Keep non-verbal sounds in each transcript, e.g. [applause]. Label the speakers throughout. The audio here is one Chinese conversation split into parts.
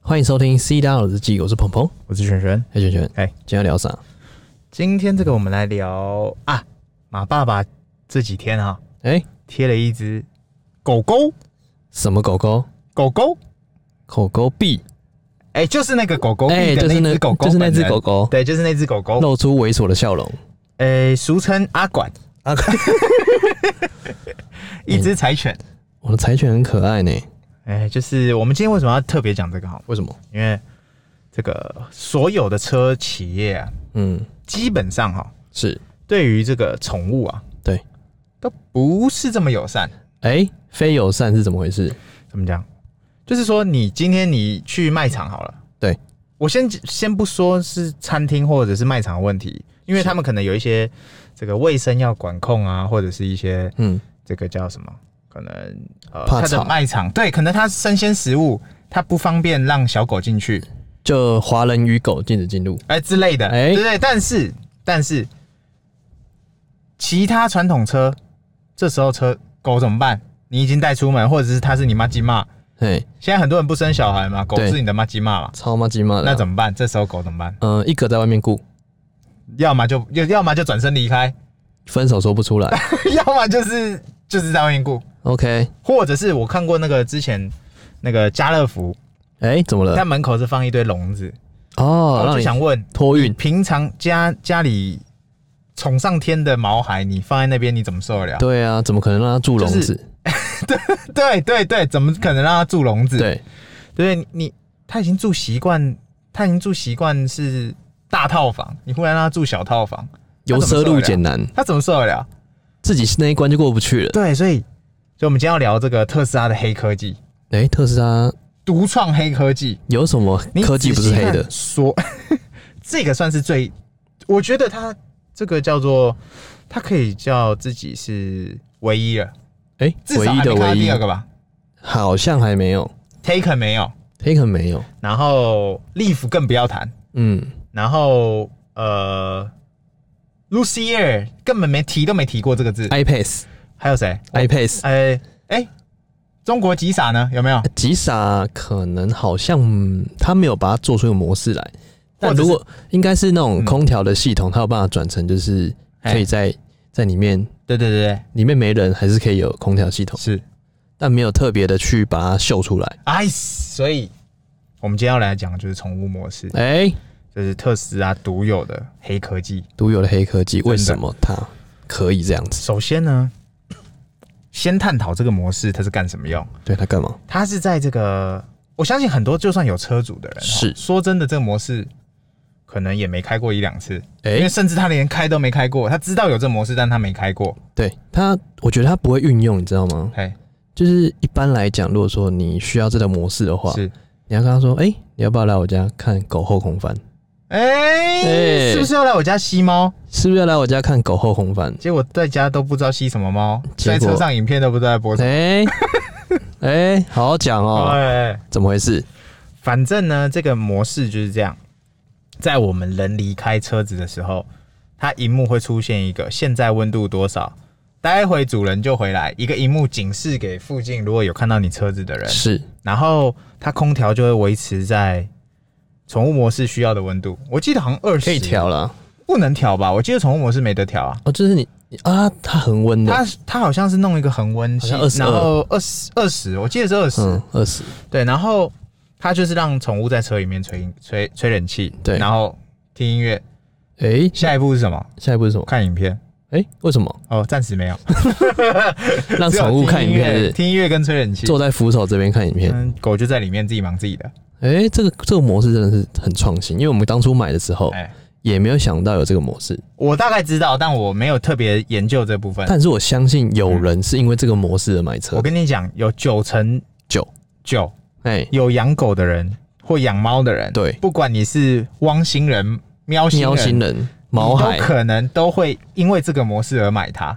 Speaker 1: 欢迎收听《C 大佬日记》，我是鹏鹏，
Speaker 2: 我是璇璇。
Speaker 1: 黑圈圈，
Speaker 2: 哎
Speaker 1: 今天要聊啥？
Speaker 2: 今天这个我们来聊啊，马爸爸这几天啊
Speaker 1: 哎、
Speaker 2: 贴了一只狗狗，
Speaker 1: 什么狗狗？
Speaker 2: 狗狗，
Speaker 1: 狗狗币，
Speaker 2: 哎、就是那个狗狗，
Speaker 1: 哎、
Speaker 2: 的
Speaker 1: 就是
Speaker 2: 那
Speaker 1: 那
Speaker 2: 只狗狗，
Speaker 1: 就是那只狗，狗，
Speaker 2: 对，就是那只狗狗，
Speaker 1: 露出猥琐的笑容。
Speaker 2: 哎、俗称阿管，
Speaker 1: 阿管，嗯
Speaker 2: 一只柴犬。
Speaker 1: [laughs] 我的柴犬很可爱呢，
Speaker 2: 哎、就是我们今天为什么要特别讲这个哈？
Speaker 1: 为什么？
Speaker 2: 因为这个所有的车企业啊，
Speaker 1: 嗯，
Speaker 2: 基本上哈，
Speaker 1: 是，
Speaker 2: 对于这个宠物啊，
Speaker 1: 对，
Speaker 2: 都不是这么友善。
Speaker 1: 哎、非友善是怎么回事？
Speaker 2: 怎么讲？就是说，你今天你去卖场好了，
Speaker 1: 对
Speaker 2: 我先先不说是餐厅或者是卖场的问题，因为
Speaker 1: 是
Speaker 2: 他们可能有一些这个卫生要管控啊，或者是一些
Speaker 1: 嗯，
Speaker 2: 这个叫什么，可能呃，
Speaker 1: 怕
Speaker 2: 它
Speaker 1: 吵
Speaker 2: 的卖场对，可能它生鲜食物它不方便让小狗进去，
Speaker 1: 就华人与狗禁止进入。
Speaker 2: 哎、之类的，
Speaker 1: 哎
Speaker 2: 对不对？但是但是其他传统车这时候车狗怎么办？你已经带出门，或者是它是你妈鸡骂。
Speaker 1: 哎、
Speaker 2: 现在很多人不生小孩嘛，狗
Speaker 1: 对
Speaker 2: 是你的妈鸡骂嘛，
Speaker 1: 超妈鸡妈的、
Speaker 2: 那怎
Speaker 1: 么？
Speaker 2: 么办？这时候狗怎么办？
Speaker 1: 嗯、一格在外面顾，
Speaker 2: 要么就要要么就转身离开， [laughs]
Speaker 1: 分手说不出来。
Speaker 2: 要么就是就是在外面顾，
Speaker 1: OK，
Speaker 2: 或者是我看过那个之前那个家乐福，
Speaker 1: 哎、怎么
Speaker 2: 它
Speaker 1: 了？
Speaker 2: 门口是放一堆笼子，
Speaker 1: 哦，
Speaker 2: 我
Speaker 1: 让
Speaker 2: 就
Speaker 1: 你
Speaker 2: 想问，
Speaker 1: 托运。
Speaker 2: 平常家家里宠上天的毛孩，你放在那边你怎么受得了？
Speaker 1: 对啊，怎么可能让它住笼
Speaker 2: 就是
Speaker 1: 子？
Speaker 2: 对对对，怎么可能让它住笼子？
Speaker 1: 对，
Speaker 2: 对你你他已经住习惯，他已经住习惯是大套房，你忽然让他住小套房，
Speaker 1: 由
Speaker 2: 它怎么
Speaker 1: 奢
Speaker 2: 受得
Speaker 1: 入
Speaker 2: 了
Speaker 1: 俭难，
Speaker 2: 他怎么受得了？
Speaker 1: 自己那一关就过不去了。
Speaker 2: 对，所以，所以我们今天要聊这个特斯拉的黑科技，
Speaker 1: 哎、特斯拉
Speaker 2: 独创黑科技。
Speaker 1: 有什么
Speaker 2: 你
Speaker 1: 科技不是黑的？
Speaker 2: 说 [laughs] 这个算是最，我觉得它这个叫做，它可以叫自己是唯一了，
Speaker 1: 哎、
Speaker 2: 至
Speaker 1: 唯
Speaker 2: 少
Speaker 1: 一
Speaker 2: 还没
Speaker 1: 的
Speaker 2: 看到
Speaker 1: 唯一
Speaker 2: 第二，个吧
Speaker 1: 好像还没有
Speaker 2: ，Taken 没有，
Speaker 1: ，Taken 没有。
Speaker 2: 然后 Leaf 更不要谈，
Speaker 1: 嗯，
Speaker 2: 然后呃，Lucier 根本没提都没提过这个
Speaker 1: 哎
Speaker 2: 字，
Speaker 1: iPads
Speaker 2: 还有谁？
Speaker 1: iPads
Speaker 2: 哎哎，中国吉傻呢？有没有？
Speaker 1: 吉萨啊可能好像嗯它没有把它做出一个模式来，但
Speaker 2: 或者
Speaker 1: 如
Speaker 2: 是
Speaker 1: 果应该是那种
Speaker 2: 嗯
Speaker 1: 空调的系统，它有办法转成就是
Speaker 2: 哎
Speaker 1: 可以在在里面
Speaker 2: 对对对对，
Speaker 1: 里面没人还是可以有空调系统，
Speaker 2: 是。
Speaker 1: 但没有特别的去把它秀出来。
Speaker 2: 哎，所以我们今天要来讲的就是宠物模式，
Speaker 1: 哎、
Speaker 2: 这是特斯拉独有的黑科技。
Speaker 1: 独有的黑科技，
Speaker 2: 的
Speaker 1: 为什么它可以这样子？
Speaker 2: 首先呢， [coughs] 先探讨这个模式它是干什么用。
Speaker 1: 对它干嘛？
Speaker 2: 它是在这个，我相信很多就算有车主的人哦，
Speaker 1: 是
Speaker 2: 说真的，这个模式可能也没开过一两次，
Speaker 1: 哎、
Speaker 2: 因为甚至他连开都没开过。他知道有这模式，但他没开过。
Speaker 1: 对它，我觉得它不会运用，你知道吗？
Speaker 2: 哎，
Speaker 1: 就是一般来讲，如果说你需要这个模式的话，
Speaker 2: 是，
Speaker 1: 你要跟他说，哎、你要不要来我家看狗后空翻？哎
Speaker 2: 哎，是不是要来我家吸猫？
Speaker 1: 是不是要来我家看狗后空翻？
Speaker 2: 结果在家都不知道吸什么猫，
Speaker 1: 结果
Speaker 2: 在车上影片都不知道在播什么。 [laughs]
Speaker 1: 哎、哎、好好讲哦、
Speaker 2: 哎，
Speaker 1: 怎么回事？
Speaker 2: 反正呢，这个模式就是这样，在我们人离开车子的时候，它荧幕会出现一个现在温度多少，待会主人就回来，一个荧幕警示给附近如果有看到你车子的人，
Speaker 1: 是
Speaker 2: 然后它空调就会维持在宠物模式需要的温度。我记得好像二十
Speaker 1: 可以调，啦。
Speaker 2: 不能调吧？我记得宠物模式没得调啊。
Speaker 1: 哦，就是你你啊，它很温的，
Speaker 2: 它它好像是弄一个恒温器
Speaker 1: 好像，22
Speaker 2: 然后二十二十，我记得是二十、
Speaker 1: 嗯，二十，
Speaker 2: 对，然后他就是让宠物在车里面吹吹吹冷气，
Speaker 1: 对
Speaker 2: 然后听音乐。
Speaker 1: 哎，
Speaker 2: 下一步是什么？
Speaker 1: 下一步是什么？
Speaker 2: 看影片。
Speaker 1: 哎、为什
Speaker 2: [laughs]
Speaker 1: 么
Speaker 2: 哦，暂时没有，
Speaker 1: 让
Speaker 2: 只有
Speaker 1: 宠物
Speaker 2: 听
Speaker 1: 看影片
Speaker 2: 乐
Speaker 1: 是不是？
Speaker 2: 听音乐跟吹冷气。
Speaker 1: 坐在扶手这边看影片，
Speaker 2: 嗯，狗就在里面自己忙自己的。
Speaker 1: 哎、这个这个模式真的是很创新，因为我们当初买的时候
Speaker 2: 哎、
Speaker 1: 也没有想到有这个模式，
Speaker 2: 我大概知道，但我没有特别研究这部分。
Speaker 1: 但是我相信有人是因为这个模式而买车
Speaker 2: 我跟你讲，有九成
Speaker 1: 九，
Speaker 2: 九
Speaker 1: 哎、
Speaker 2: 有养狗的人或养猫的人，
Speaker 1: 对
Speaker 2: 不管你是汪星人、喵星人、
Speaker 1: 喵星人、毛
Speaker 2: 你都
Speaker 1: 孩，
Speaker 2: 可能都会因为这个模式而买它。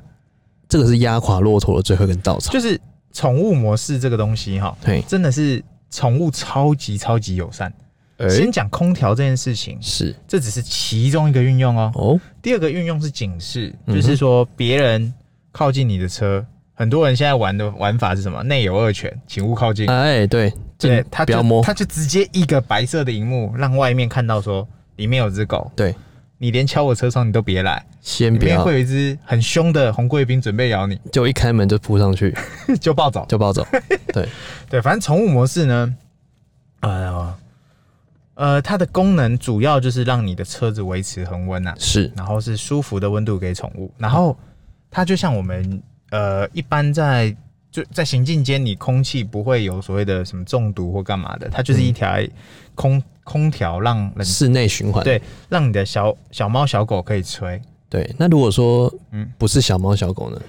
Speaker 1: 这个是压垮骆驼的最后一根稻草。
Speaker 2: 就是宠物模式这个东西哈，
Speaker 1: 嘿，
Speaker 2: 真的是宠物超级超级友善。
Speaker 1: 哎
Speaker 2: 先讲空调这件事情，
Speaker 1: 是
Speaker 2: 这只是其中一个运用哦。
Speaker 1: 哦，
Speaker 2: 第二个运用是警示，
Speaker 1: 嗯哼
Speaker 2: 就是说别人靠近你的车，很多人现在玩的玩法是什么？内有二拳，请勿靠近。
Speaker 1: 哎，对，
Speaker 2: 对
Speaker 1: 尽，
Speaker 2: 他
Speaker 1: 不
Speaker 2: 就
Speaker 1: 要摸，
Speaker 2: 他就直接一个白色的荧幕，让外面看到说里面有只狗，
Speaker 1: 对，
Speaker 2: 你连敲我车窗你都别来，
Speaker 1: 先
Speaker 2: 里
Speaker 1: 不
Speaker 2: 面
Speaker 1: 要
Speaker 2: 会，有一只很凶的红贵宾准备咬你， [laughs]
Speaker 1: 就一开门就扑上去
Speaker 2: 就暴走。
Speaker 1: 就抱走。对，
Speaker 2: 对，反正宠物模式呢，呃呃，它的功能主要就是让你的车子维持恒温啊，
Speaker 1: 是
Speaker 2: [laughs] 然后是舒服的温度给宠物，然后它就像我们呃一般在就在行进间，你空气不会有所谓的什么中毒或干嘛的，它就是一条空、空调让冷
Speaker 1: 室内循环。
Speaker 2: 嗯对让你的小小猫小狗可以吹。
Speaker 1: 对，那如果说
Speaker 2: 嗯
Speaker 1: 不是小猫小狗呢？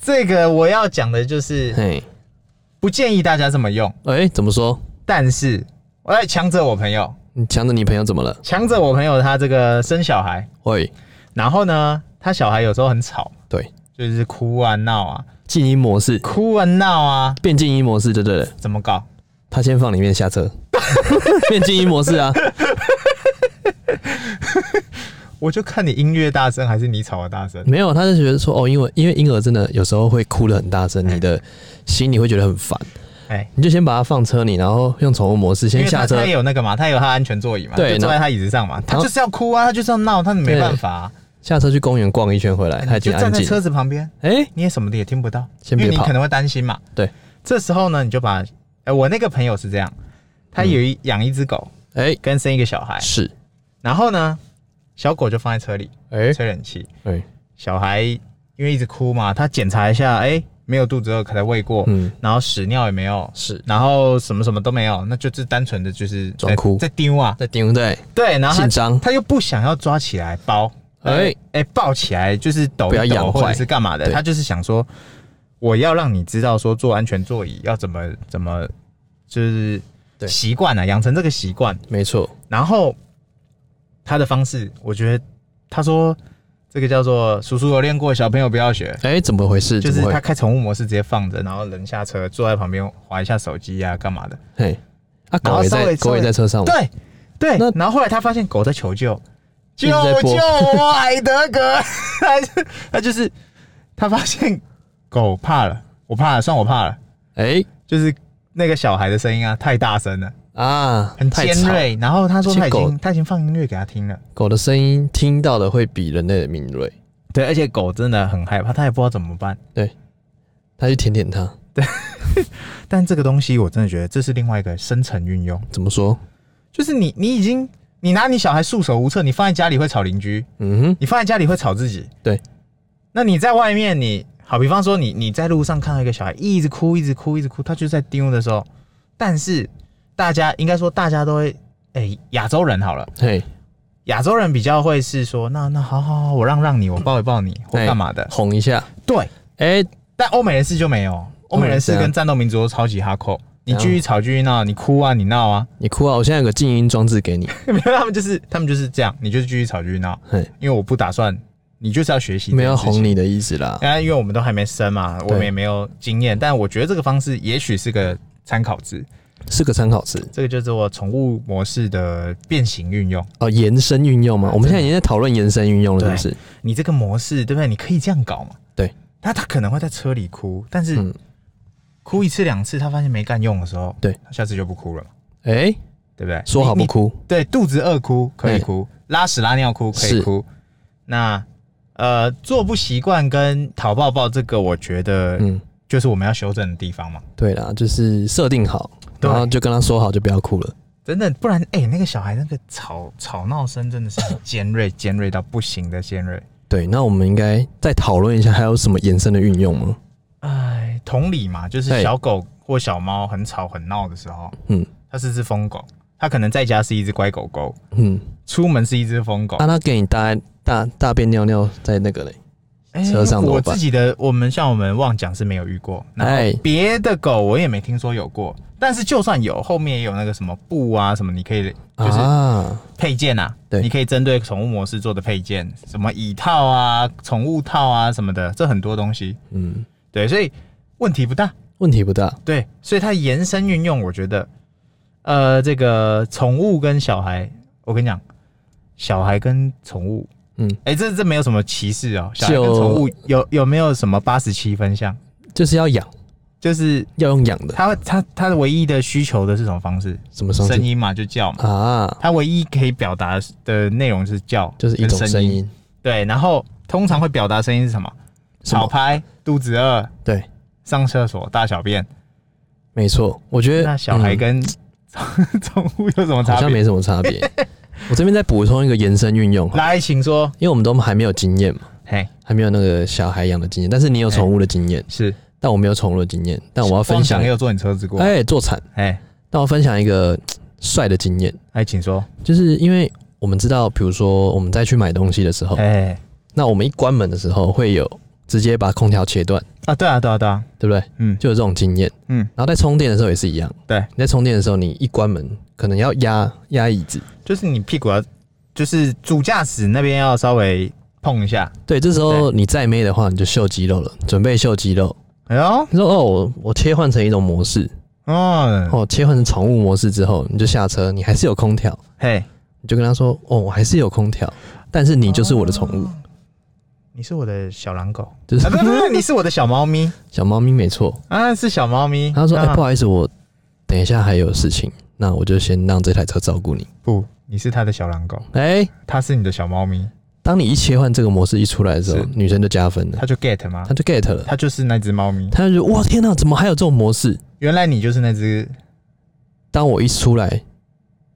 Speaker 2: 这个我要讲的就是
Speaker 1: 嘿，
Speaker 2: 不建议大家这么用，
Speaker 1: 哎，怎么说？
Speaker 2: 但是我要强者我朋友，
Speaker 1: 你抢着你朋友怎么了？
Speaker 2: 强者我朋友他这个生小孩，
Speaker 1: 喂，
Speaker 2: 然后呢，他小孩有时候很吵，
Speaker 1: 对，
Speaker 2: 就是哭啊闹啊，
Speaker 1: 静音模式
Speaker 2: 哭啊闹啊，
Speaker 1: 变静音模式就对了。
Speaker 2: 怎么搞？
Speaker 1: 他先放里面下
Speaker 2: [laughs]
Speaker 1: 车，变静音模式啊。
Speaker 2: 我就看你音乐大声还是你吵的大声。
Speaker 1: 没有，他就觉得说哦，因为因为婴儿真的有时候会哭得很大
Speaker 2: 嗯
Speaker 1: 声，你的心里会觉得很烦。
Speaker 2: 哎，
Speaker 1: 你就先把它放车里，然后用宠物模式
Speaker 2: 因
Speaker 1: 先
Speaker 2: 为
Speaker 1: 下
Speaker 2: 他
Speaker 1: 车
Speaker 2: 他，也有那个嘛，他也有他的安全座椅嘛，
Speaker 1: 对
Speaker 2: 就坐在他椅子上嘛，他
Speaker 1: 然后
Speaker 2: 就是要哭啊，他就是要闹，他没办法啊、
Speaker 1: 下车去公园逛一圈回来，他已
Speaker 2: 嗯
Speaker 1: 经
Speaker 2: 就站
Speaker 1: 安
Speaker 2: 在
Speaker 1: 静。
Speaker 2: 车子旁边，
Speaker 1: 哎、
Speaker 2: 你也什么的也听不到，因
Speaker 1: 先别
Speaker 2: 为你
Speaker 1: 跑
Speaker 2: 可能会担心嘛。
Speaker 1: 对，
Speaker 2: 这时候呢，你就把，哎，我那个朋友是这样，他有
Speaker 1: 嗯
Speaker 2: 一养一只狗，
Speaker 1: 哎、
Speaker 2: 跟生一个小孩，
Speaker 1: 是
Speaker 2: 然后呢，小狗就放在车里
Speaker 1: 哎
Speaker 2: 吹冷气，
Speaker 1: 哎
Speaker 2: 小孩因为一直哭嘛，他检查一下，哎、没有肚子饿，可能喂过，
Speaker 1: 嗯
Speaker 2: 然后屎尿也没有，
Speaker 1: 是
Speaker 2: 然后什么什么都没有，那就是单纯的就是
Speaker 1: 装哭
Speaker 2: 在在丢啊，
Speaker 1: 在盯对，
Speaker 2: 对，然后
Speaker 1: 紧
Speaker 2: 他
Speaker 1: 张
Speaker 2: 他又不想要抓起来包，哎、
Speaker 1: 哎
Speaker 2: 哎、抱起来就是抖
Speaker 1: 不要
Speaker 2: 一抖
Speaker 1: 养
Speaker 2: 或者
Speaker 1: 坏
Speaker 2: 是干嘛的，
Speaker 1: 对
Speaker 2: 他就是想说，我要让你知道说坐安全座椅要怎么怎么就是
Speaker 1: 对
Speaker 2: 习惯啊，养成这个习惯，
Speaker 1: 没错，
Speaker 2: 然后他的方式，我觉得他说这个叫做“叔叔有练过，小朋友不要学
Speaker 1: 哎、怎么回”，事？
Speaker 2: 就
Speaker 1: 怎
Speaker 2: 是
Speaker 1: 么会
Speaker 2: 他？开宠物模式直接放着，然后人下车坐在旁边划一下手机啊，干嘛的？
Speaker 1: 嘿，啊，
Speaker 2: 然后
Speaker 1: 狗也
Speaker 2: 稍
Speaker 1: 在，
Speaker 2: 微
Speaker 1: 狗也在车上嘛，
Speaker 2: 对对
Speaker 1: 哦那。
Speaker 2: 然后后来他发现狗在求救，
Speaker 1: 一
Speaker 2: 救
Speaker 1: 直在
Speaker 2: 救
Speaker 1: 播
Speaker 2: 我，海德格！ [laughs] 他就他就是他发现狗怕了，我怕了，算我怕了，
Speaker 1: 哎、
Speaker 2: 就是那个小孩的声音啊，太大声了，
Speaker 1: 啊，
Speaker 2: 很
Speaker 1: 太
Speaker 2: 尖
Speaker 1: 吵，
Speaker 2: 锐。然后他说他已
Speaker 1: 而且
Speaker 2: 经
Speaker 1: 狗
Speaker 2: 他已经放音乐给他听了。
Speaker 1: 狗的声音听到的会比人类的敏锐，
Speaker 2: 对，而且狗真的很害怕，它也不知道怎么办。
Speaker 1: 它去舔舔它，
Speaker 2: 但这个东西我真的觉得这是另外一个深层运用，
Speaker 1: 怎么说？
Speaker 2: 就是你你已经你拿你小孩束手无策，你放在家里会吵邻居，
Speaker 1: 嗯哼，
Speaker 2: 你放在家里会吵自己。
Speaker 1: 对，
Speaker 2: 那你在外面你，好比方说你你在路上看到一个小孩一直哭一直哭一直哭，他就在丢的时候，但是大家应该说大家都会，哎、亚洲人好了，
Speaker 1: 嘿，
Speaker 2: 亚洲人比较会是说，那那好好好，我让让你，我抱一抱你或
Speaker 1: 哎
Speaker 2: 干嘛的。
Speaker 1: 哄一下，
Speaker 2: 对，
Speaker 1: 哎、
Speaker 2: 但欧美人士就没有，欧美人士
Speaker 1: 怎样
Speaker 2: 跟战斗民族都超级哈扣。你
Speaker 1: 啊怎样
Speaker 2: 继续吵，继续闹，你哭啊，你闹
Speaker 1: [laughs]
Speaker 2: 啊，
Speaker 1: 你哭啊，我现在有个静音装置给你，
Speaker 2: 没有他们就是他们就是这样，你就是继续吵，继续闹，
Speaker 1: 嘿，
Speaker 2: 因为我不打算，你就是要学习，
Speaker 1: 没有要哄。你的意思啦，
Speaker 2: 啊，因为我们都还没生嘛，我们
Speaker 1: 对
Speaker 2: 也没有经验，但我觉得这个方式也许是个参考值，
Speaker 1: 是个参考值
Speaker 2: 这个就是我宠物模式的变形运用。
Speaker 1: 哦，延伸运用吗？我们现在已经在讨论延伸运用了，是不是？
Speaker 2: 你这个模式对不对？你可以这样搞嘛？
Speaker 1: 对。
Speaker 2: 那他可能会在车里哭，但是
Speaker 1: 嗯
Speaker 2: 哭一次两次，他发现没干用的时候，
Speaker 1: 对，
Speaker 2: 他下次就不哭了嘛，
Speaker 1: 哎、
Speaker 2: 对不对？
Speaker 1: 说好
Speaker 2: 你
Speaker 1: 不哭，
Speaker 2: 对，肚子饿哭可以
Speaker 1: 哎
Speaker 2: 哭，拉屎拉尿哭可以
Speaker 1: 是
Speaker 2: 哭。那呃，做不习惯跟讨抱抱这个，我觉得
Speaker 1: 嗯，
Speaker 2: 就是我们要修正的地方嘛。
Speaker 1: 对啦，就是设定好，
Speaker 2: 对
Speaker 1: 然后就跟他说好，就不要哭了。
Speaker 2: 真的，不然哎、那个小孩那个吵吵闹声真的是很尖锐，尖锐到不行的尖锐。
Speaker 1: 对，那我们应该再讨论一下，还有什么延伸的运用吗？
Speaker 2: 哎，同理嘛，就是
Speaker 1: 对
Speaker 2: 小狗或小猫很吵很闹的时候，
Speaker 1: 嗯
Speaker 2: 它是只疯狗，它可能在家是一只乖狗狗，
Speaker 1: 嗯，啊
Speaker 2: 出门是一只疯狗。
Speaker 1: 那、他给你大大大便尿尿在那个嘞，
Speaker 2: 哎
Speaker 1: 车上怎么
Speaker 2: 我
Speaker 1: 办
Speaker 2: 自己的，我们像我们旺讲是没有遇过，然
Speaker 1: 哎
Speaker 2: 后别的狗我也没听说有过。但是就算有，后面也有那个什么布啊什么，你可以就是
Speaker 1: 啊，
Speaker 2: 配件啊，
Speaker 1: 对
Speaker 2: 你可以针对宠物模式做的配件，什么椅套啊、宠物套啊什么的，这很多东西。
Speaker 1: 嗯，
Speaker 2: 对，所以问题不大。
Speaker 1: 问题不大。
Speaker 2: 对，所以它延伸运用，我觉得，呃，这个宠物跟小孩，我跟你讲，小孩跟宠物
Speaker 1: 嗯，
Speaker 2: 哎、这这没有什么歧视哦。小孩跟
Speaker 1: 就
Speaker 2: 宠物有有没有什么八十七分像？
Speaker 1: 就是要养，
Speaker 2: 就是
Speaker 1: 要用养的，
Speaker 2: 它它它的唯一的需求的是什么方式？
Speaker 1: 什么东
Speaker 2: 声
Speaker 1: 西
Speaker 2: 音嘛，就叫嘛。
Speaker 1: 啊？
Speaker 2: 它唯一可以表达的内容是叫，
Speaker 1: 就是一
Speaker 2: 跟
Speaker 1: 种声音，
Speaker 2: 对，然后通常会表达声音是什么？
Speaker 1: 什么
Speaker 2: 吵拍、肚子饿、
Speaker 1: 对，
Speaker 2: 上厕所、大小便。
Speaker 1: 没错，我觉得
Speaker 2: 那小孩
Speaker 1: 嗯
Speaker 2: 跟宠物有什么
Speaker 1: 好
Speaker 2: 差
Speaker 1: 像
Speaker 2: 别？
Speaker 1: 没什么差别。 [laughs] 我这边再补充一个延伸运用，
Speaker 2: 来，请说。
Speaker 1: 因为我们都还没有经验嘛，
Speaker 2: 嘿，
Speaker 1: 还没有那个小孩养的经验，但是你有宠物的经验，
Speaker 2: 是。
Speaker 1: 但我没有宠物的经验，但我要分享
Speaker 2: 也，有坐你车子过。哎
Speaker 1: 哎、做产，
Speaker 2: 哎，
Speaker 1: 但我分享一个嘖帅的经验，
Speaker 2: 哎，请说。
Speaker 1: 就是因为我们知道，比如说我们再去买东西的时候，
Speaker 2: 哎
Speaker 1: 那我们一关门的时候会有直接把空调切断，
Speaker 2: 啊，对啊，对啊，对啊。
Speaker 1: 对不对？
Speaker 2: 嗯
Speaker 1: 就有这种经验。
Speaker 2: 嗯，
Speaker 1: 然后在充电的时候也是一样，
Speaker 2: 对
Speaker 1: 你在充电的时候，你一关门可能要压压椅子，
Speaker 2: 就是你屁股要，就是主驾驶那边要稍微碰一下。
Speaker 1: 对，这时候你再妹的话，你就秀肌肉了，准备秀肌肉。
Speaker 2: 哎呦，
Speaker 1: 你说哦，我我切换成一种模式，
Speaker 2: 嗯，
Speaker 1: 哦，切换成宠物模式之后，你就下车，你还是有空调，
Speaker 2: 嘿，
Speaker 1: 你就跟他说，哦，我还是有空调，但是你就是我的宠物，
Speaker 2: 你是我的小狼狗
Speaker 1: 就是
Speaker 2: 哦啊，不不不，你是我的小猫咪
Speaker 1: [laughs] 小猫咪没错。
Speaker 2: 啊，是小猫咪。
Speaker 1: 他说，哎、
Speaker 2: 啊
Speaker 1: 不好意思，我等一下还有事情，那我就先让这台车照顾你。
Speaker 2: 不，你是他的小狼狗，
Speaker 1: 哎、
Speaker 2: 他是你的小猫咪，
Speaker 1: 当你一切换这个模式一出来的时候
Speaker 2: 是，
Speaker 1: 女生就加分了，
Speaker 2: 他就 get 吗
Speaker 1: 她？就 get 了，
Speaker 2: 他就是那只猫咪，
Speaker 1: 她就觉得哇天哪，怎么还有这种模式？
Speaker 2: 原来你就是那只
Speaker 1: 当我一出来，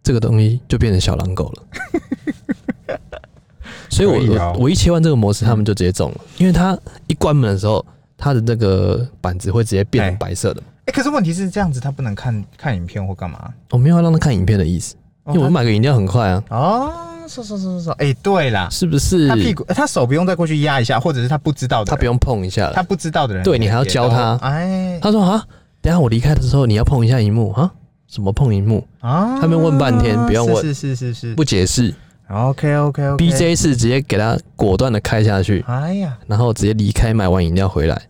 Speaker 1: 这个东西就变成小狼狗了。
Speaker 2: [laughs]
Speaker 1: 所以我
Speaker 2: 可以
Speaker 1: 我、
Speaker 2: 哦
Speaker 1: 我一切换这个模式，他们就直接中了，因为他一关门的时候，他的那个板子会直接变成
Speaker 2: 哎
Speaker 1: 白色的嘛。
Speaker 2: 哎、可是问题是这样子，他不能看看影片或干嘛？
Speaker 1: 我没有要让他看影片的意思，因为我
Speaker 2: 哦
Speaker 1: 买个饮料很快啊，
Speaker 2: 他哦，说说说说说，哎、对啦，
Speaker 1: 是不是
Speaker 2: 他？屁股、呃他手不用再过去压一下，或者是他不知道的人，
Speaker 1: 他不用碰一下
Speaker 2: 他
Speaker 1: 了。
Speaker 2: 不知道的人，
Speaker 1: 对你还要
Speaker 2: 也
Speaker 1: 教
Speaker 2: 都
Speaker 1: 他
Speaker 2: 哎
Speaker 1: 他说啊，等一下我离开的时候你要碰一下荧幕啊，什么碰荧幕？
Speaker 2: 啊
Speaker 1: 他们问半天不要问
Speaker 2: 是是是是
Speaker 1: 不解释
Speaker 2: ，OK OK OK，
Speaker 1: ，BJ 是直接给他果断的开下去，
Speaker 2: 哎呀，
Speaker 1: 然后直接离开买完饮料回来。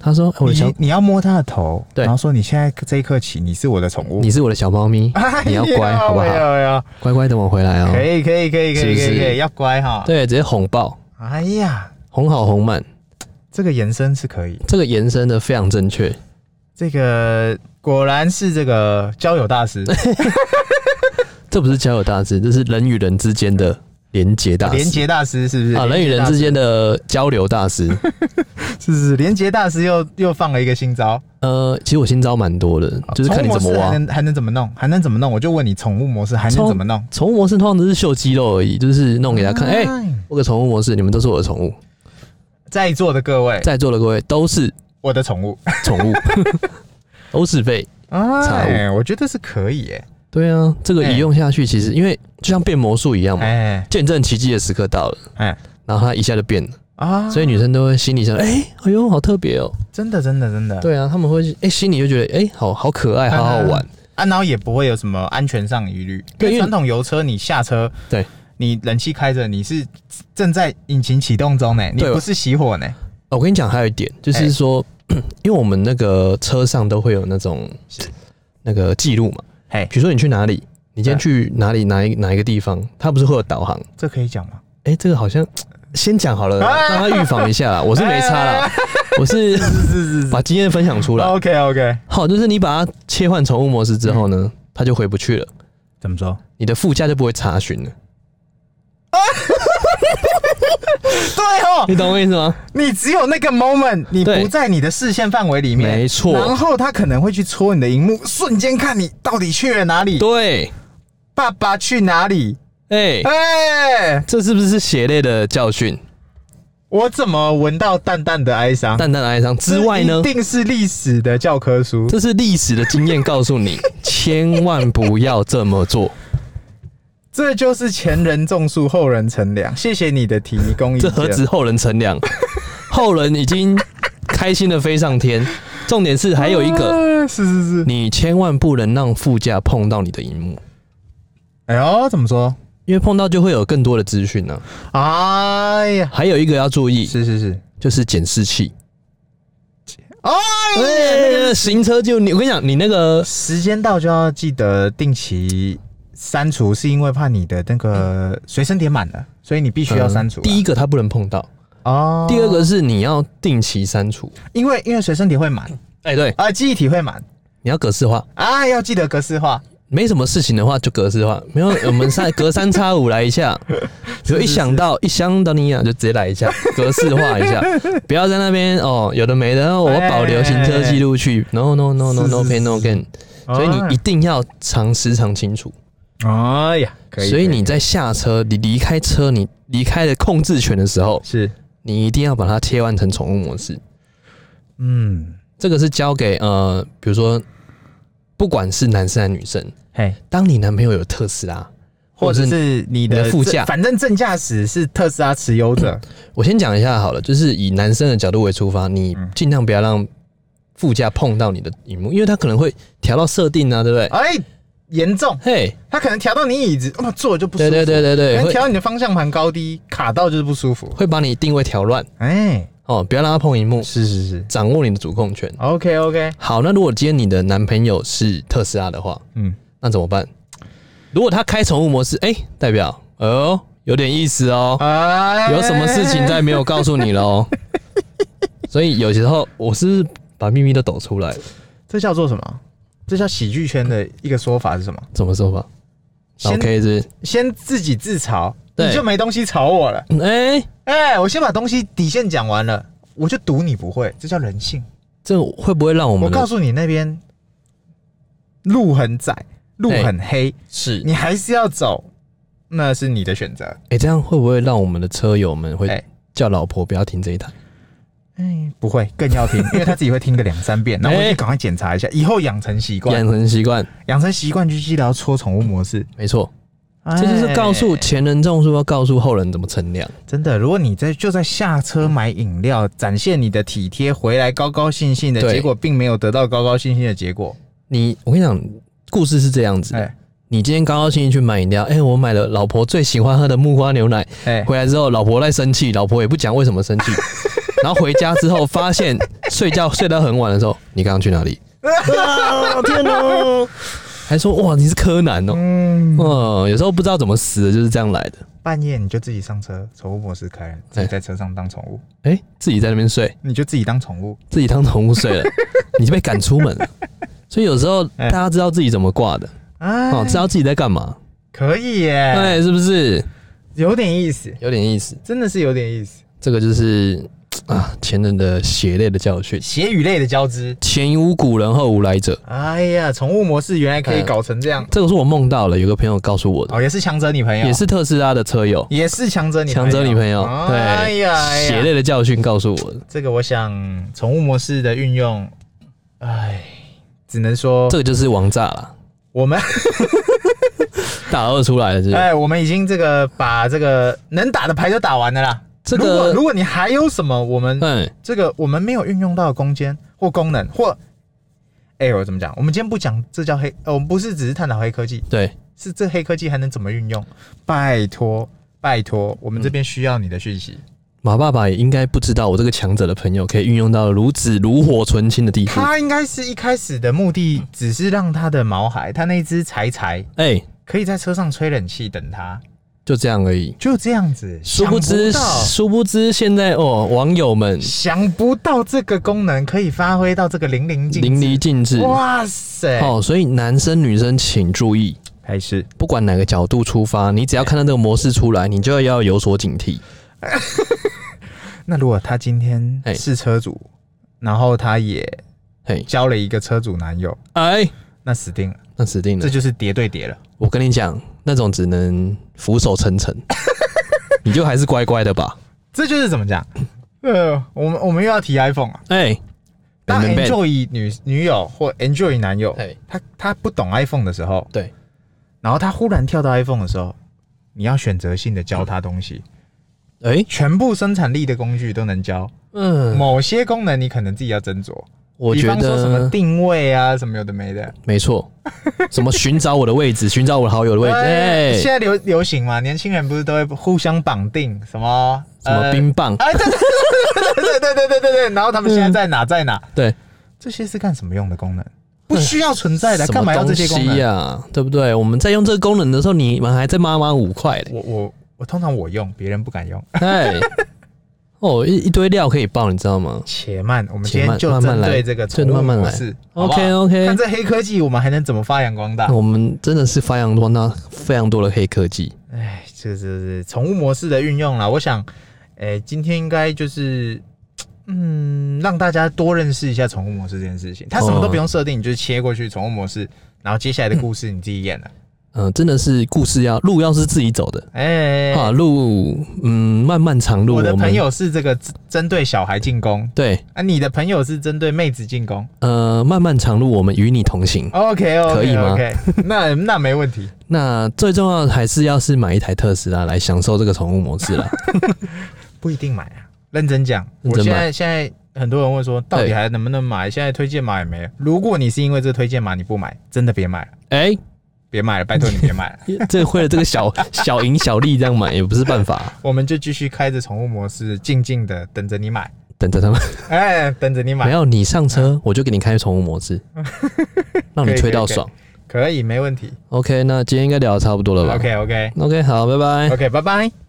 Speaker 1: 他说：“哎我的小
Speaker 2: 你你要摸他的头，
Speaker 1: 对
Speaker 2: 然后说你现在这一刻起你是我的宠物，
Speaker 1: 你是我的小猫咪，你要乖好不
Speaker 2: 哎
Speaker 1: 好？
Speaker 2: 呦哎呦
Speaker 1: 乖乖等我回来哦。
Speaker 2: 可以可以可以可以可
Speaker 1: 是不
Speaker 2: 以
Speaker 1: 是
Speaker 2: 可以，要乖哈。
Speaker 1: 对，直接哄爆，
Speaker 2: 哎呀，
Speaker 1: 哄好哄满，
Speaker 2: 这个延伸是可以，
Speaker 1: 这个延伸的非常正确。
Speaker 2: 这个果然是这个交友大师，
Speaker 1: 这不是交友大师，这是人与人之间的连接大师，
Speaker 2: 啊连结大师是不是？
Speaker 1: 啊，人与人之间的交流大
Speaker 2: [laughs]
Speaker 1: 师。
Speaker 2: 是是是，连结大师又又放了一个新招，
Speaker 1: 呃，其实我新招蛮多的，就是看你怎么
Speaker 2: 啊宠物模式还
Speaker 1: 挖。
Speaker 2: 能还能怎么弄，还能怎么弄？我就问你，宠物模式还能
Speaker 1: 宠
Speaker 2: 怎么弄？
Speaker 1: 宠物模式通常都是秀肌肉而已，就是弄给他
Speaker 2: 啊
Speaker 1: 看，哎、我有个宠物模式，你们都是我的宠物，
Speaker 2: 在座的各位，
Speaker 1: 在座的各位都是
Speaker 2: 我的宠物，
Speaker 1: 宠
Speaker 2: [laughs]
Speaker 1: 物，都是被。
Speaker 2: 哎，我觉得是可以耶，
Speaker 1: 对啊，这个
Speaker 2: 哎
Speaker 1: 一用下去，其实因为就像变魔术一样嘛，
Speaker 2: 哎
Speaker 1: 见证奇迹的时刻到了，
Speaker 2: 哎
Speaker 1: 然后他一下就变了，
Speaker 2: 啊，
Speaker 1: 所以女生都会心里想，哎、哎呦，好特别哦。
Speaker 2: 真的真的真的，
Speaker 1: 对啊，他们会哎、心里就觉得，哎、好好可爱，
Speaker 2: 嗯
Speaker 1: 好好玩。
Speaker 2: 啊，然后也不会有什么安全上疑虑，
Speaker 1: 对因
Speaker 2: 因为
Speaker 1: 为
Speaker 2: 传统油车你下车，
Speaker 1: 对，
Speaker 2: 你冷气开着，你是正在引擎启动中呢，你
Speaker 1: 对
Speaker 2: 不是熄火呢，
Speaker 1: 哦我跟你讲，还有一点
Speaker 2: 哎
Speaker 1: 就是说， [clears throat] 因为我们那个车上都会有那种
Speaker 2: 是
Speaker 1: 那个记录嘛，
Speaker 2: 嘿，嗯
Speaker 1: 比如说你去哪里，你今天
Speaker 2: 对
Speaker 1: 去哪里哪一哪一个地方，它不是会有导航？
Speaker 2: 这可以讲吗？
Speaker 1: 哎、这个好像先讲好了，
Speaker 2: 啊哎
Speaker 1: 让他预防一下啦。我是没差啦，我是
Speaker 2: 是是是
Speaker 1: 把经验分享出来。
Speaker 2: ，OK OK，
Speaker 1: 好，就是你把它切换宠物模式之后
Speaker 2: 嗯
Speaker 1: 呢，它就回不去了。
Speaker 2: 怎么说？
Speaker 1: 你的副驾就不会查询了，
Speaker 2: 对哦，
Speaker 1: 你懂我意思吗？
Speaker 2: 你只有那个 moment，你
Speaker 1: 对
Speaker 2: 不在你的视线范围里面，
Speaker 1: 没错
Speaker 2: 然后他可能会去戳你的荧幕，瞬间看你到底去了哪里，
Speaker 1: 对，
Speaker 2: 爸爸去哪里？
Speaker 1: 哎、
Speaker 2: 哎、
Speaker 1: 这是不是血泪的教训？
Speaker 2: 我怎么闻到淡淡的哀伤？
Speaker 1: 淡淡的哀伤之外呢
Speaker 2: 啊这，一定是历史的教科书。
Speaker 1: 这是历史的经验告诉
Speaker 2: [laughs]
Speaker 1: 你，千万不要这么做。
Speaker 2: 这就是前人种树，后人乘凉。谢谢你的提供意
Speaker 1: 这
Speaker 2: 见。
Speaker 1: 何止后人乘
Speaker 2: [laughs]
Speaker 1: 凉，后人已经开心的飞上天。重点是还有一个，
Speaker 2: 啊是是是。
Speaker 1: 你千万不能让副驾碰到你的荧幕，
Speaker 2: 哎呦，怎么说？
Speaker 1: 因为碰到就会有更多的资讯呢。啊
Speaker 2: 哎呀，
Speaker 1: 还有一个要注意，
Speaker 2: 是是是。
Speaker 1: 就是检视器。
Speaker 2: 哎
Speaker 1: 哎，行车就你，我跟你讲，你那个
Speaker 2: 时间到就要记得定期删除，是因为怕你的那个随身碟满了。所以你必须要删除啊、
Speaker 1: 第一个它不能碰到，
Speaker 2: 哦，
Speaker 1: 嗯第二个是你要定期删除。
Speaker 2: 因为因为随身体会满，
Speaker 1: 哎、对，
Speaker 2: 啊、记忆体会满
Speaker 1: 你要格式化，
Speaker 2: 啊，要记得格式化。
Speaker 1: 没什么事情的话就格式化，
Speaker 2: [laughs]
Speaker 1: 没有我们三隔三差五来一下，比如一想到一想到你啊，就直接来一下，格式化一下，不要在那边哦，有的没的，哦我保留行车记录器，no no no no no
Speaker 2: 哎是是
Speaker 1: pay no
Speaker 2: 是
Speaker 1: gain，所以你一定要常时常清楚，
Speaker 2: 哎呀，可以。
Speaker 1: 所以
Speaker 2: 可
Speaker 1: 你在下车，你离开车，你离开了控制权的时候，
Speaker 2: 是
Speaker 1: 你一定要把它切换成宠物模式，
Speaker 2: 嗯，
Speaker 1: 这个是交给呃，比如说不管是男生还是女生，
Speaker 2: 嘿，
Speaker 1: 当你男朋友有特斯拉。
Speaker 2: 或者是你
Speaker 1: 你的
Speaker 2: 的
Speaker 1: 副驾
Speaker 2: 正反正正驾驶是特斯拉持
Speaker 1: [clears throat]
Speaker 2: 有者，
Speaker 1: 我先讲一下好了，就是以男生的角度为出发，你
Speaker 2: 嗯
Speaker 1: 尽量不要让副驾碰到你的荧幕，因为它可能会调到设定啊，对不对？
Speaker 2: 哎，严重，
Speaker 1: 嘿，
Speaker 2: 他可能调到你椅子，哦，坐就不舒
Speaker 1: 对
Speaker 2: 服。哎
Speaker 1: 对对对对，
Speaker 2: 能
Speaker 1: 会
Speaker 2: 调到你的方向盘高低，卡到就是不舒服。
Speaker 1: 会把你定位调乱
Speaker 2: 哎，
Speaker 1: 哦，不要让它碰荧幕，
Speaker 2: 是是是
Speaker 1: 掌握你的主控权。
Speaker 2: ，OK OK，
Speaker 1: 好，那如果今天你的男朋友是特斯拉的话，
Speaker 2: 嗯，
Speaker 1: 那怎么办？如果他开宠物模式，哎、代表哦，有点意思哦，
Speaker 2: 啊
Speaker 1: 有什么事情再没有告诉你
Speaker 2: [laughs]
Speaker 1: 喽。所以有时候我是不是把秘密都抖出来了，
Speaker 2: 这叫做什么？这叫喜剧圈的一个说法是什么？
Speaker 1: 怎么说吧
Speaker 2: 先
Speaker 1: ？OK，是不是
Speaker 2: 先自己自嘲，
Speaker 1: 对
Speaker 2: 你就没东西吵我了。
Speaker 1: 哎、
Speaker 2: 哎、我先把东西底线讲完了，我就赌你不会，这叫人性。
Speaker 1: 这会不会让我
Speaker 2: 我
Speaker 1: 们的
Speaker 2: 告诉你，那边路很窄，路很黑，
Speaker 1: 是
Speaker 2: 你还是要走，那是你的选择。
Speaker 1: 哎、这样会不会让我们的车友们
Speaker 2: 哎
Speaker 1: 会叫老婆不要听这一台？
Speaker 2: 哎、不会，更要听，因为他自己会听个两
Speaker 1: [laughs]
Speaker 2: 三遍，然后我就赶快检查一下，以后养成习惯
Speaker 1: 养，成习惯，
Speaker 2: 养成习惯就记得要戳宠物模式。
Speaker 1: 没错，
Speaker 2: 这
Speaker 1: 这就是告诉前人种树，要告诉后人怎么乘凉。
Speaker 2: 真的，如果你在就在下车买饮料，展现你的体贴，回来高高兴兴的
Speaker 1: 对
Speaker 2: 结果，并没有得到高高兴兴的结果。
Speaker 1: 你，我跟你讲，故事是这样子的。
Speaker 2: 哎
Speaker 1: 你今天高高兴兴去买饮料，哎、我买了老婆最喜欢喝的木瓜牛奶， [laughs]
Speaker 2: 哎，
Speaker 1: 回来之后老婆在生气，老婆也不讲为什么
Speaker 2: [laughs]
Speaker 1: 生气，然后回家之后发现睡觉睡到很晚的时候，你刚刚去哪里？
Speaker 2: 啊天哪！
Speaker 1: 还说哇你是柯南哦、
Speaker 2: [laughs] 嗯，
Speaker 1: 嗯，有时候不知道怎么死的，就是这样来的。
Speaker 2: 半夜你就自己上车，宠物模式开了，自己在车上当宠物，
Speaker 1: 哎、自己在那边睡，
Speaker 2: 你就自己当宠物。
Speaker 1: 自己当宠物睡 [laughs] 了，你就被赶出门了。所以有时候
Speaker 2: 哎
Speaker 1: 大家知道自己怎么挂的，
Speaker 2: 哎
Speaker 1: 哦，知道自己在干嘛，
Speaker 2: 可以耶，
Speaker 1: 哎，是不是
Speaker 2: 有点意思，
Speaker 1: 有点意思？
Speaker 2: 真的是有点意思。
Speaker 1: 这个就是啊，前人的血泪的教训，
Speaker 2: 血与泪的交织。
Speaker 1: 前无古人后无来者。
Speaker 2: 哎呀，宠物模式原来可以搞成这样，
Speaker 1: 这个是我梦到了，有个朋友告诉我的，
Speaker 2: 哦，也是强者女朋友，
Speaker 1: 也是特斯拉的车友，
Speaker 2: 也是强者女
Speaker 1: 强者女朋友，
Speaker 2: 哎
Speaker 1: 对
Speaker 2: 呀，哎，呀
Speaker 1: 血泪的教训告诉我的，
Speaker 2: 这个我想宠物模式的运用，哎，只能说
Speaker 1: 这个就是王炸了，
Speaker 2: 我们
Speaker 1: 大二出来了，是不是？
Speaker 2: 哎，我们已经这个把这个能打的牌都打完了啦。
Speaker 1: 这
Speaker 2: 如果
Speaker 1: 个
Speaker 2: 如，果你还有什么我们
Speaker 1: 嗯，
Speaker 2: 这个我们没有运用到的空间或功能或，哎、我怎么讲？我们今天不讲这叫黑，呃我们不是只是探讨黑科技，
Speaker 1: 对，
Speaker 2: 是这黑科技还能怎么运用？拜托嗯拜托，我们这边需要你的讯息。
Speaker 1: 马爸爸也应该不知道我这个强者的朋友可以运用到如此炉火纯青的地步。
Speaker 2: 他应该是一开始的目的只是让他的毛孩，他那只柴柴
Speaker 1: 哎、
Speaker 2: 可以在车上吹冷气等他，
Speaker 1: 就这样而已。
Speaker 2: 就这样子。
Speaker 1: 殊不知，
Speaker 2: 想到
Speaker 1: 殊不知现在哦，网友们
Speaker 2: 想不到这个功能可以发挥到这个淋漓尽致
Speaker 1: 淋漓尽致
Speaker 2: 哇塞！
Speaker 1: 哦，所以男生女生请注意，
Speaker 2: 还是
Speaker 1: 不管哪个角度出发，你只要看到这个模式出来，你就要有所警惕。
Speaker 2: 那如果他今天
Speaker 1: 哎
Speaker 2: 是车主，然后他也
Speaker 1: 嘿，
Speaker 2: 交了一个车主男友，
Speaker 1: 哎，
Speaker 2: 那死定了，
Speaker 1: 那死定了
Speaker 2: 这！就是叠对叠了。
Speaker 1: 我跟你讲，那种只能俯首称
Speaker 2: [laughs]
Speaker 1: 臣，你就还是乖乖的吧。
Speaker 2: 这就是怎
Speaker 1: [laughs]
Speaker 2: 么讲？呃，我们我们又要提 iPhone 啊。
Speaker 1: 哎，
Speaker 2: 当
Speaker 1: 你们
Speaker 2: enjoy 女女友或 enjoy 男友
Speaker 1: 哎，
Speaker 2: 他他不懂 iPhone 的时候，
Speaker 1: 对，
Speaker 2: 然后他忽然跳到 iPhone 的时候，你要选择性的教他东西，
Speaker 1: 哎，
Speaker 2: 全部生产力的工具都能教，
Speaker 1: 嗯，
Speaker 2: 某些功能你可能自己要斟酌。
Speaker 1: 我
Speaker 2: 比
Speaker 1: 觉
Speaker 2: 方说什么
Speaker 1: 得
Speaker 2: 定位啊，什么有的没的。
Speaker 1: 没错，什么寻找我的位
Speaker 2: [laughs]
Speaker 1: 置，寻找我的好友的位置，哎，
Speaker 2: 现在流流行嘛，年轻人不是都会互相绑定什么
Speaker 1: 什么冰棒，
Speaker 2: 呃哎，对对对对对对对对对，然后他
Speaker 1: 嗯
Speaker 2: 们现在在哪在哪？
Speaker 1: 对，
Speaker 2: 这些是干什么用的功能？不需要存在的，
Speaker 1: 什
Speaker 2: 干嘛要这些功能？
Speaker 1: 啊
Speaker 2: [laughs]
Speaker 1: 呀、对不对？我们在用这个功能的时候，你们还在妈妈五块嘞，
Speaker 2: 我我我我通常我用，别人不敢用。
Speaker 1: 哎，哦，一一堆料可以爆，你知道吗？
Speaker 2: 且慢，我们今
Speaker 1: 且
Speaker 2: 天
Speaker 1: 慢
Speaker 2: 就
Speaker 1: 慢慢
Speaker 2: 针
Speaker 1: 来
Speaker 2: 对这个
Speaker 1: 对
Speaker 2: 宠物
Speaker 1: 慢慢
Speaker 2: 模
Speaker 1: 来
Speaker 2: 式。好不好
Speaker 1: OK OK，
Speaker 2: 看这黑科技，我们还能怎么发扬光大
Speaker 1: 那？我们真的是发扬光大非常多的黑科技。
Speaker 2: 哎，这个是宠物模式的运用啦。我想，哎、今天应该就是，嗯，让大家多认识一下宠物模式这件事情。它什么都不用设定，你就是切过去宠物模式，然后接下来的故事你自己演了。
Speaker 1: 嗯、真的是故事要路要是自己走的
Speaker 2: 哎、
Speaker 1: 啊，路嗯漫漫长路。
Speaker 2: 我的
Speaker 1: 们
Speaker 2: 朋友是这个针针对小孩进攻，
Speaker 1: 对
Speaker 2: 啊，你的朋友是针对妹子进攻。
Speaker 1: 呃漫漫长路，我们与你同行。
Speaker 2: OK OK
Speaker 1: 可以吗
Speaker 2: OK，那 [laughs] 那没问题。
Speaker 1: 那最重要的还是要是买一台特斯拉来享受这个宠物模式啦。
Speaker 2: 不一定买啊，认真讲，
Speaker 1: 认
Speaker 2: 我
Speaker 1: 真
Speaker 2: 现
Speaker 1: 买
Speaker 2: 在现在很多人问说，到底
Speaker 1: 对
Speaker 2: 还能不能买？现在推荐码也没了。如果你是因为这个推荐码你不买，真的别买了，
Speaker 1: 哎、
Speaker 2: 别买了，拜托你别买了。
Speaker 1: [laughs] 这为了这个小小赢小利这样买也不是办法，
Speaker 2: 我们就继续开着宠物模式，静静的等着你买，
Speaker 1: 等着他们
Speaker 2: 哎，等着你
Speaker 1: 没
Speaker 2: 买，
Speaker 1: 有你上车，我就给你开宠物模式，让你吹到爽。
Speaker 2: 可以，没问题。
Speaker 1: OK，那今天应该聊的差不多了吧
Speaker 2: OK OK
Speaker 1: OK，好，拜拜。
Speaker 2: OK，拜拜。